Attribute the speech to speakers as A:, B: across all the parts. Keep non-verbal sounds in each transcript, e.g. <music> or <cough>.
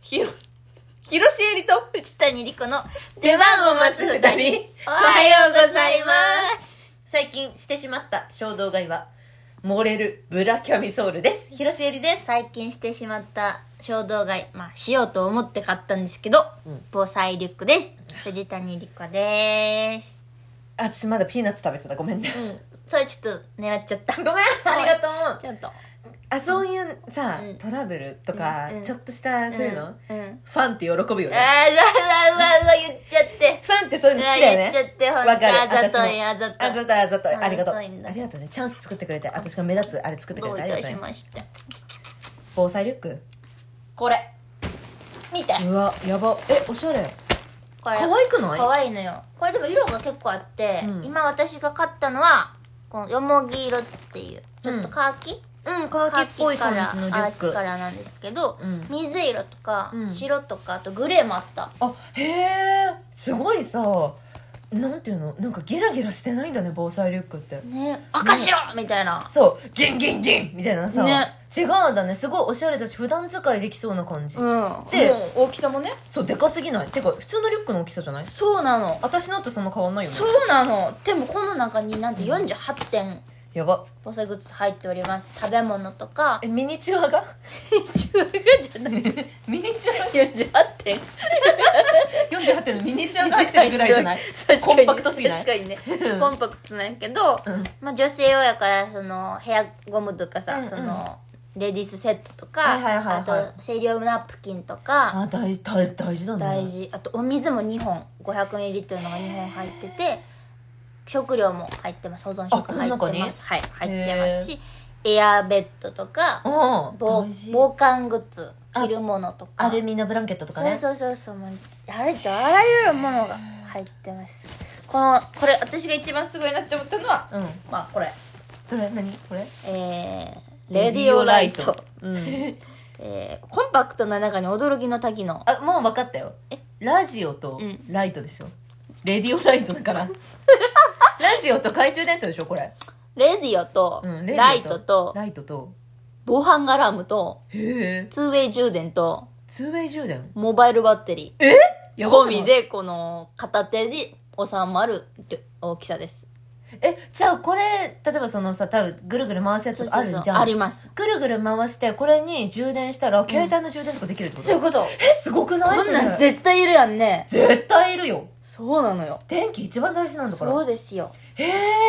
A: ひろ、ひろしえりと、
B: 藤谷莉子の出番を待つ二人。おはようございます。
A: 最近してしまった衝動買いは、漏れるブラキャミソールです。ひろしえりです。
B: 最近してしまった衝動買い、まあ、しようと思って買ったんですけど、防災リュックです。藤谷莉子です。
A: あ、私まだピーナッツ食べてた。ごめんね。
B: うん、それちょっと狙っちゃった。
A: <laughs> ごめん、ありがとう。
B: ちょっと。
A: あ、そういうさ、
B: うん
A: トラブルとか、
B: うんうん
A: ちょっとした、そういうの、
B: うん。うん
A: ファンって喜ぶよ
B: あー、う
A: ね。
B: わうわうわうわ、言っちゃって。 <laughs>
A: ファンってそういうの好きだよね。
B: いや言っちゃってほんと
A: わかる。
B: あざとい
A: 私も
B: あざとい
A: あざとい、あざとい。
B: あざとい
A: ありがとう。あ
B: んだ
A: りがとうね。チャンス作ってくれて、私が目立つあれ作ってく
B: ど
A: れ
B: う
A: て
B: い
A: ありがとう
B: たし
A: ね。
B: まして。
A: 防災リュック。
B: これ。見て。
A: うわ、やば。え、おしゃれ。
B: これ
A: 可愛くない
B: 可愛いのよこれでも色が結構あって、
A: うん
B: 今私が買ったのはこのよもぎ色っていうちょっとカーキ、
A: うん、カーキっぽい感じのリュ
B: カー
A: ッ
B: キカラーアース
A: ク
B: カ。ラーなんですけど、
A: うん
B: 水色とか、
A: うん
B: 白とかあとグレーもあった
A: あ、へえ、すごいさ、なんていうのなんかゲラゲラしてないんだね、防災リュックって。
B: ね赤白、みたいな
A: そう、ギンギンギンみたいなさ、
B: ね
A: 違うんだね。すごいおしゃれだし、普段使いできそうな感じ。
B: うん
A: で
B: もう大きさもね
A: そう、でかすぎない。てか、普通のリュックの大きさじゃない
B: そうなの
A: 私のとそんな変わんないよね。
B: そうなのでもこの中になんて48点
A: やば。
B: 防災グッズ入っております食べ物とか
A: え、ミニチュアが
B: 一応じゃない
A: <laughs> ミニチュア
B: 48点
A: 48点のミニチュアが入ってるぐらいじゃないコンパクトすぎない
B: 確かにねコンパクトなんやけど、
A: うん
B: まあ、女性用やからそのヘアゴムとかさ、
A: うんうん
B: そのレディースセットとか、
A: はいはいはいはい
B: あと清涼ナプキンとか
A: あ、大事、大事大事だね。
B: 大。事あとお水も2本 500ml のが2本入ってて食料も入ってます保存
A: あ
B: 食
A: こ
B: 入
A: の
B: って
A: 中に
B: ますはい入ってますしエアーベッドとか
A: うん、
B: 防
A: 大事。
B: 防寒グッズ
A: あ
B: 着るものとか
A: アルミのブランケットとかね。
B: そうそうそうそうもうあれとあらゆるものが入ってますこのこれ私が一番すごいなって思ったのは、
A: うん。
B: まあこれ
A: どれ何これ
B: えー、レディオライト
A: うん。
B: えー、コンパクトな中に驚きの滝の
A: あ、もう分かったよ。
B: え
A: ラジオと
B: うん
A: ライトでしょ。レディオライト
B: <laughs>
A: だから。ラジオと懐中電灯でしょ、これ。
B: レディオと
A: うん、レディオ
B: ライトと
A: ライトと。
B: 防犯アラームと
A: へえ。
B: ツーウェイ充電と
A: 2way 充電
B: モバイルバッテリー
A: やば
B: 込
A: くない
B: み。でこの片手で収まる大きさです
A: え、じゃあこれ、例えばそのさ、多分ぐるぐる回すやつ
B: そう
A: が
B: そ
A: あ
B: う
A: る
B: そう
A: じゃん。
B: あります
A: ぐるぐる回して、これに充電したら、携帯の充電とかできるってこと、
B: そういうこと
A: え、すごくない
B: こんなん
A: それ
B: 絶対いるやんね
A: 絶対いるよ。
B: そうなのよ
A: 電気一番大事なんだから。
B: そうですよ
A: へ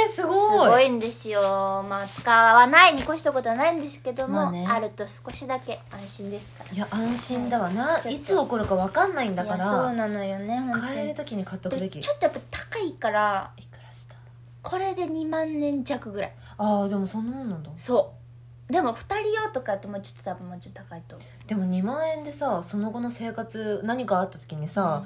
A: え、すごい。
B: すごいんですよまあ使わないに越したことはないんですけども、
A: ま
B: あ
A: あね
B: ると少しだけ安心ですから
A: いや安心だわな
B: ちょっと
A: いつ起こるか分かんないんだか
B: いやそう
A: ら
B: なのよね本当
A: 買え
B: に
A: る時に買っとくべき
B: で
A: い
B: ちょっとやっぱ高いから
A: くらした
B: これで2万円弱ぐらい
A: ああでもそんなもんなんだ
B: そうでも2人用とかだともうちょっと多分もうちょっと高いと思
A: でも2万円でさその後の生活何かあった時にさ、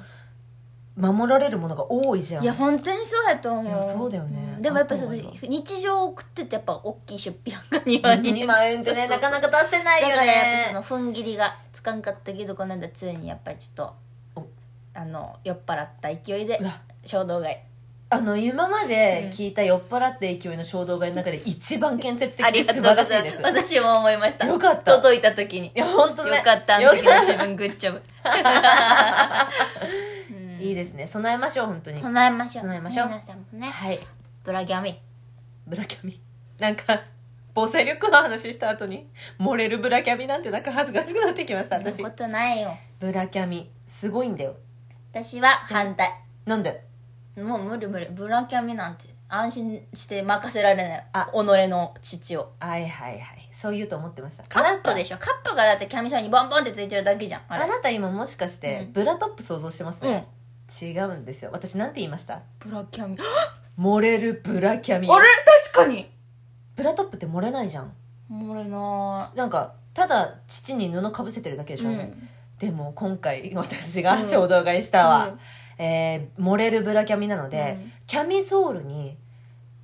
A: 守られるものが多いじゃ
B: うんいや本当にそうやと思う
A: いやそうだよね
B: んでもやっぱその
A: あった方がい
B: 日常を送っててやっぱ大きい出費やんか2万円
A: 2万円ってねなかなか出せない
B: だ
A: よ
B: からやっぱそ
A: ね
B: の踏ん切りがつかんかったけどこの間ついにやっぱりちょっ
A: お
B: とあの酔っ払った勢いで
A: うわ
B: 衝動買い
A: あの今まで聞いた酔っ払って勢いの衝動買いの中で一番建設
B: あ
A: 的
B: り
A: で
B: がと
A: 素
B: う
A: 晴ら
B: ござい
A: しいで
B: ますす私も思いました
A: よかった
B: 届いた時に
A: いや本当ね
B: よかったあ
A: よ
B: の
A: かった
B: 時の自分グッジョブ <laughs> うん
A: いいですね備えましょう本当に
B: 唱えましょう
A: 唱えましょう
B: 皆さんもね
A: はい
B: ブラギャミ
A: ブラキャミなんか防災力の話した後に漏れるブラキャミなんてなんか恥ずかしくなってきました
B: そんな
A: 私
B: ことないよ
A: ブラキャミすごいんだよ
B: 私は反対
A: なんで
B: もう無理無理ブラキャミなんて安心して任せられないあ己の父を
A: はいはいはいそう言うと思ってました
B: カップ
A: あな
B: でしょカップがだってキャミソンにボンボンってついてるだけじゃんあ
A: たあ
B: れ
A: なた今もしかして、
B: うん
A: ブラトップ想像してます
B: うん
A: ね、違うんですよ私なんて言いました
B: ブラキャミ
A: 漏れるブラキャミ
B: あれ確かに
A: ブラトップって漏れないじゃん
B: 漏れな
A: なんかただ父に布かぶせてるだけで
B: い
A: しょ、
B: うん
A: でも今回私が衝動買いしたわ、えー、漏れるブラキャミなので、
B: うん
A: キャミソールに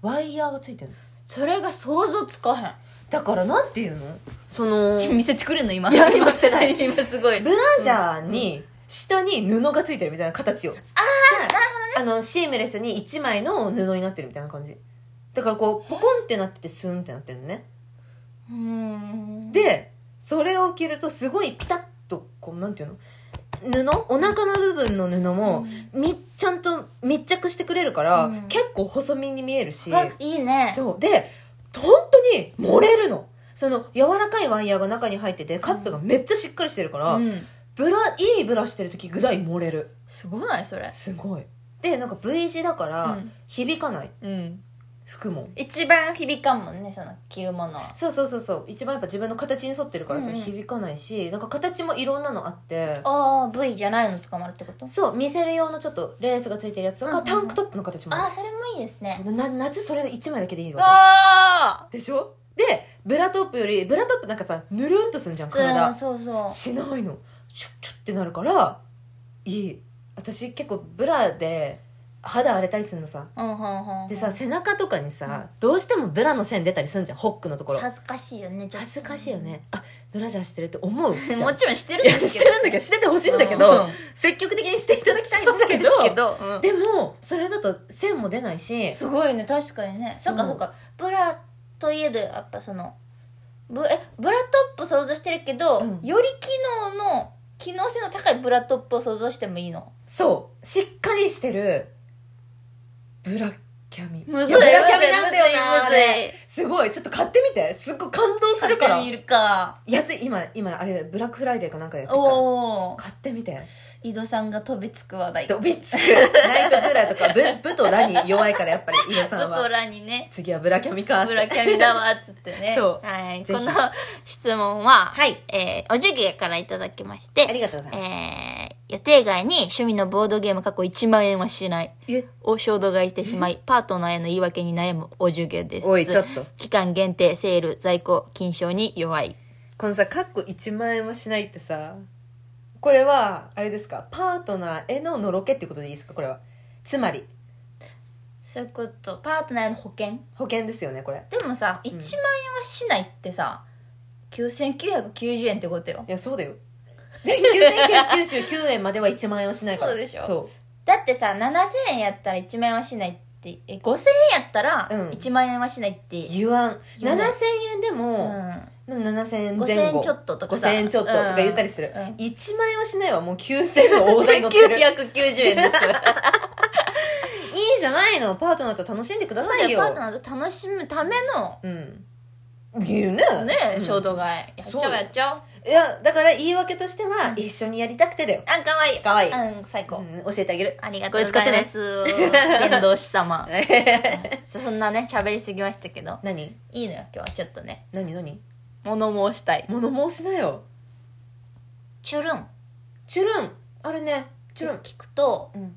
A: ワイヤーがついてるの
B: それが想像つか
A: だからなんていうのその
B: へん見せてくれんの今
A: いや今来てない
B: <laughs> 今すごい
A: ブラジャーに下に布がついてるみたいな形をああなるほどねあのシームレスに1枚の布になってるみたいな感じだからこうポコンってなっててスンってなってるのね
B: うん
A: でそれを着るとすごいピタッとこうなんていうの布お腹の部分の布も、みちゃんと密着してくれるから、
B: うん
A: 結構細身に見えるし、
B: あいいね
A: そうで本当に漏れるのその柔らかいワイヤーが中に入っててカップがめっちゃしっかりしてるから、
B: うん、
A: ブラいいブラしてる時ぐらい漏れる
B: すごないそれ
A: すごいでなんか V 字だから、
B: うん
A: 響かない
B: うん
A: 服も
B: 一番響かんもんねその着るものは
A: そうそうそうそう一番やっぱ自分の形に沿ってるからさ、
B: うんうん
A: 響かないしなんか形もいろんなのあって
B: ああ V じゃないのとかもあるってこと
A: そう見せる用のちょっとレースがついてるやつとか、
B: うんうんうん
A: タンクトップの形もあ
B: あ
A: る
B: あそれもいいですね
A: そうな夏それ1枚だけでいいわ
B: ああ
A: けでしょでブラトップよりブラトップなんかさぬるんとすんじゃん体、
B: うんそうそう
A: しないのチュッチュッってなるからいい私結構ブラで肌荒れたりするのさ
B: うんうんうん
A: でさ背中とかにさどうしてもブラの線出たりすんじゃんホックのところ
B: 恥ずかしいよねちょっと
A: 恥ずかしいよねあブラジャーしてるって思うじゃん
B: <laughs> もちろんしてるん
A: い
B: で
A: や
B: す
A: して
B: けど
A: るんだけどしててほしいんだけ
B: うんう
A: ど
B: ん
A: 積極的にしていただきたいんだけど
B: そうなんですけどうん
A: でもそれだと線も出ないし
B: すごいね確かにね
A: そ
B: そうっかそっかブラといえどやっぱそのブえブラトップ想像してるけど、
A: うん
B: より機能の機能性の高いブラトップを想像してもいいの
A: そうしっかりしてるブラキャミ
B: むずい
A: やブラキャミなんだよ
B: むずい
A: な
B: む
A: あ
B: ずい
A: れすごいちょっと買ってみてすっごい感動するから
B: 買ってみるか
A: 安い今今あれブラックフライデーかなんかやってるから
B: おお
A: 買ってみて
B: 井戸さんが飛びつく話題
A: ドビッツナイトブラとかブブとラに弱いからやっぱり伊野さん
B: ブト
A: は
B: ラにね
A: 次はブラキャミか
B: ブラキャミだわっつってね
A: そう
B: はい
A: ぜひ
B: この質問は、
A: はい
B: えーおじゅげからいただきまして
A: ありがとうございます
B: えー予定外に趣味のボードゲーム過去1万円はしない
A: え
B: を衝動買いしてしまい、パートナーへの言い訳に悩むおじゅげです。
A: おいちょっと
B: 期間限定、セール、在庫、金賞に弱い。
A: このさカッコ1万円もしないってさこれはあれですかパートナーへののろけってことでいいですかこれはつまり
B: そういうこと、パートナーへの保険
A: 保険ですよねこれ
B: でもさ、1万円はしないってさ、9990円ってことよ。
A: いやそうだ
B: <laughs>
A: よ9999円までは1万円はしないから
B: そうでしょ
A: そ
B: だってさ7000円やったら1万円はしないってえ5000円やったら
A: うん
B: 1万円はしないって、
A: う言わん7000
B: 言わない
A: 円で
B: うん
A: も、7000円
B: 5000
A: 前後
B: 円ちょっととかさ
A: 5000円ちょっととか言ったりする、
B: うんうん
A: 1万円はしないわもう9000円の大台乗って
B: <laughs>
A: るいい
B: 990円 <laughs> です
A: じゃないのパートナーと楽しんでくだ
B: そう
A: さ
B: だ
A: い
B: よ
A: よ
B: パートナーと楽しむための
A: うん言うね
B: ね
A: うん
B: 衝動買いやっち
A: そ
B: ゃ
A: う
B: う
A: だ
B: や
A: よ
B: っちゃおう
A: いやだから言い訳としては、一緒にやりたくてだよ
B: あかわいい
A: かわいい
B: うん最高、
A: うん、教えてあげる
B: ありがとうございます <laughs> 伝道師様そそんなね喋りすぎましたけど
A: <laughs> 何
B: いいのよ今日はちょっとね
A: 何何
B: 物申したい
A: 物申しなよ
B: チュルン
A: チュルンあるねチュルン
B: 聞くと
A: うん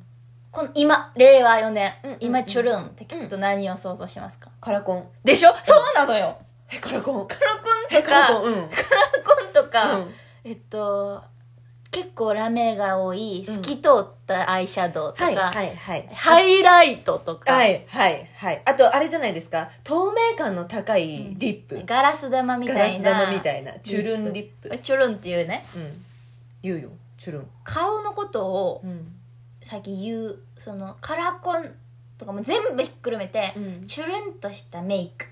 B: この今令和4年、
A: うんうんうん
B: 今チュルンって聞くと何を想像しますか、
A: カラコン
B: でしょそうなのよ
A: えカラコン
B: カラコン
A: え
B: と
A: カラ
B: か、
A: コンうん
B: カラコンとか、
A: うん
B: えっと、結構ラメが多い、
A: うん
B: 透き通ったアイシャドウとか、
A: はいはいはい
B: ハイライトとか、
A: はいはいはいあとあれじゃないですか透明感の高いリップ、
B: ガラス玉み
A: ガ
B: た
A: ラ
B: い
A: ス
B: な。
A: 玉みたいなチュルンリップ
B: チュルンっていうね、
A: うん言うよチュルン
B: 顔のことを
A: うん
B: 最近言う、そのカラコンとかも全部ひっくるめて、
A: うん
B: チュルンとしたメイク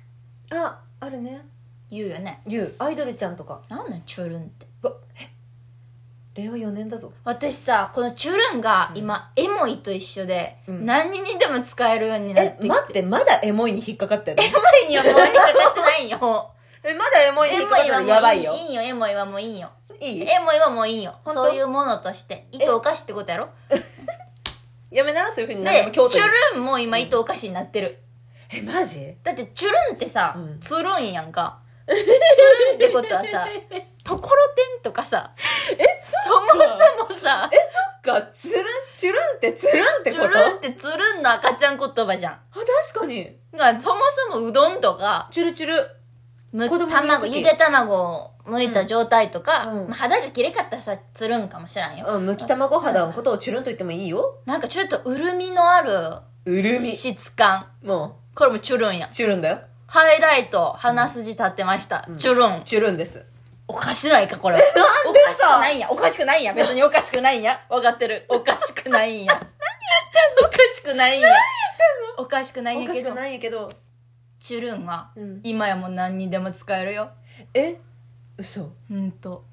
A: ああるね
B: 言うよね。
A: 言うアイドルちゃんとか
B: なんなんチュルンって。
A: うわえ令和4年だぞ
B: 私さこのチュルンが今、エモいと一緒で、
A: うん
B: 何にでも使えるようになって
A: え
B: きて
A: 待ってまだエモいに引っかかったよね
B: エモいにはもう引っかかってないよ
A: えまだエモいに
B: エ
A: 引っ
B: モ
A: かかっ
B: い
A: たら
B: はもう
A: やばいよ
B: いいよエモいはもういいよ
A: いい
B: エモいはもういいよ
A: 本当
B: そういうものとして糸おかしってことやろ
A: やめなそういうふうに何で
B: で
A: も
B: チ
A: 京
B: ュ
A: 都に
B: ルンも今糸おかしになってる、
A: えマジ
B: だってチュルンってさ、
A: うん
B: つるんやん
A: <laughs>
B: かつるんってことはさところてんとかさそもそもさ
A: そっかつるんチュルンってつるんって
B: チ
A: こと
B: ュルンっ
A: あ
B: てつるんの赤ちゃん言葉じゃん
A: 確かに
B: だからそもそもうどんとか
A: チュルチュル
B: む
A: 子供の
B: 卵
A: 時
B: ゆで卵を剥いた状態とか、
A: うんうん
B: まあ、肌がきれかった人はつるんかもしらんよ、
A: うんむき卵肌のことをチュルンと言ってもいいよ
B: なんかちょっと潤みのある
A: うるみ
B: 質感
A: も
B: これもチュルンや
A: うチュルンだよ
B: ハイライト鼻筋立ってました、チュルン
A: チュルンです
B: おかしないかこれおかしくないんやおかしくないんや別におかしくないんやわかってるおかしくない
A: <laughs>
B: んやおかしくないんやおかしくないん
A: お
B: や
A: か
B: け
A: しく
B: ど
A: ないんやけど
B: チュルンは
A: うん
B: 今やもう何にでも使えるよ
A: え嘘
B: うんと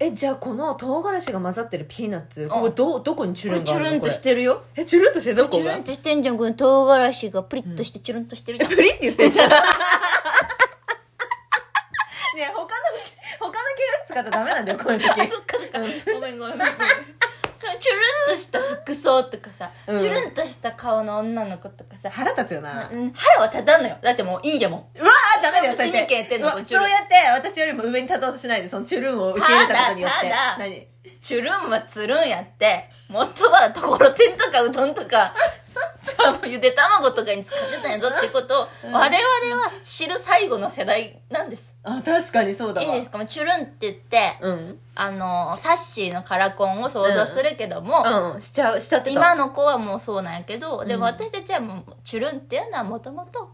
A: えじゃあこの唐辛子が混ざってるピーナッツ
B: ん
A: これどどこにチュル
B: これ
A: ンがあ
B: チュ
A: るの
B: ルンとし
A: こ
B: てるよ
A: れえチュルンとしてるど
B: チ
A: こ
B: ュル
A: が
B: ンとしてんじゃんこの唐辛子がプリッとしてチュルンとしてるじゃん、
A: プリって言ってんじゃんねえ他の他の形容詞使ったらダメなんだよこういう時
B: <laughs> あそっかそっかごめんごめんごめんチュルンとした服装とかさ、
A: うん
B: チュルンとした顔の女の子とかさ、
A: 腹立つよな、
B: うん腹は立たんのよだってもういいんやもん
A: うわーダメだよそうやっ
B: 市民権やっててんの
A: うわ
B: こっちより
A: そうやって私よりも上に立とうとしないでそのチュルンを受け入れたことによって
B: ただただ
A: 何
B: チュルンはつるんやって、もっとはところてんとかうどんとか、ゆで卵とかに使ってたんやぞってことを、我々は知る最後の世代なんです。
A: あ確かにそうだ
B: いい
A: わ
B: ですかもうチュルンって言って、
A: うん
B: あの、サッシーのカラコンを想像するけども、
A: うんしちゃうしちゃってた
B: 今の子はもうそうなんやけど、でも私たちはもう、チュルンっていうのはもともと、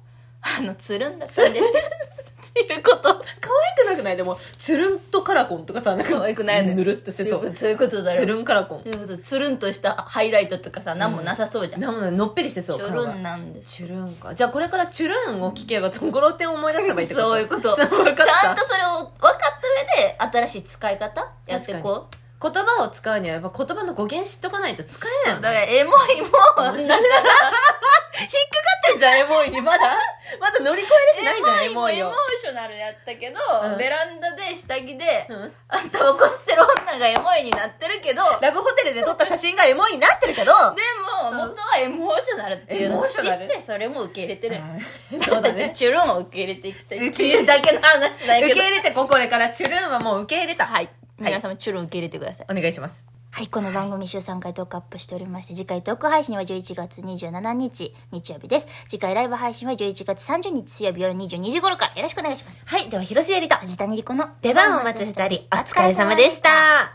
B: あの、つるんだったんです。っていうこと。
A: 可愛くなくないでもつるんとカラコンとかさなんか
B: 可愛くないのよ
A: <laughs> ぬるっとしてそう
B: そういうことだ
A: つ
B: よ。
A: るんカラコン
B: ということつるんとしたハイライトとかさ、なんもなさそうじゃん。
A: なんもないのっぺりしてそう
B: チュ
A: 顔
B: ル
A: が
B: ンなんです
A: チュルンかじゃあこれからチュルンを聞けばところてんを思い出せばいいってこと
B: そういうことちゃ
A: <laughs> そ
B: ん
A: う
B: と
A: 分かった
B: それを分かった上で新しい使い方やってこう
A: 言葉を使うにはやっぱ言葉の語源知っとかないと使えな
B: そう
A: <laughs> いよ
B: だ
A: ね
B: からエモいもんだか
A: 引
B: ら
A: っかかってんじゃんエモいにまだ <laughs> まだ乗り越えれてないじゃんエモ
B: も
A: い
B: エモ
A: を
B: ーショナルやったけど、
A: うん
B: ベランダで下着で、
A: うん
B: あんたをこ吸ってる女がエモいになってるけどで
A: ラブホテルで撮った写真がエモいになって <laughs> るけど
B: も元はエモーショナルっていうのを知
A: エモーショナル
B: ってそれも受け入れてる
A: そ
B: 私
A: うだ
B: たちは
A: ね
B: チュルンを受け入れていきたい
A: 受
B: っ
A: け
B: て
A: 入れ
B: いうだけの話だけ
A: 受
B: ど
A: け入れてここれからチュルンはもう受け入れた
B: はい皆様チュルン受け入れてください
A: お願いします
B: はい、この番組週3回トークアップしておりまして、次回トーク配信は11月27日、日曜日です。次回ライブ配信は11月30日、水曜日夜22時頃からよろしくお願いします。
A: はいでは広瀬えりと
B: 藤谷莉子の
A: 出番を待つ二人お疲れ様でした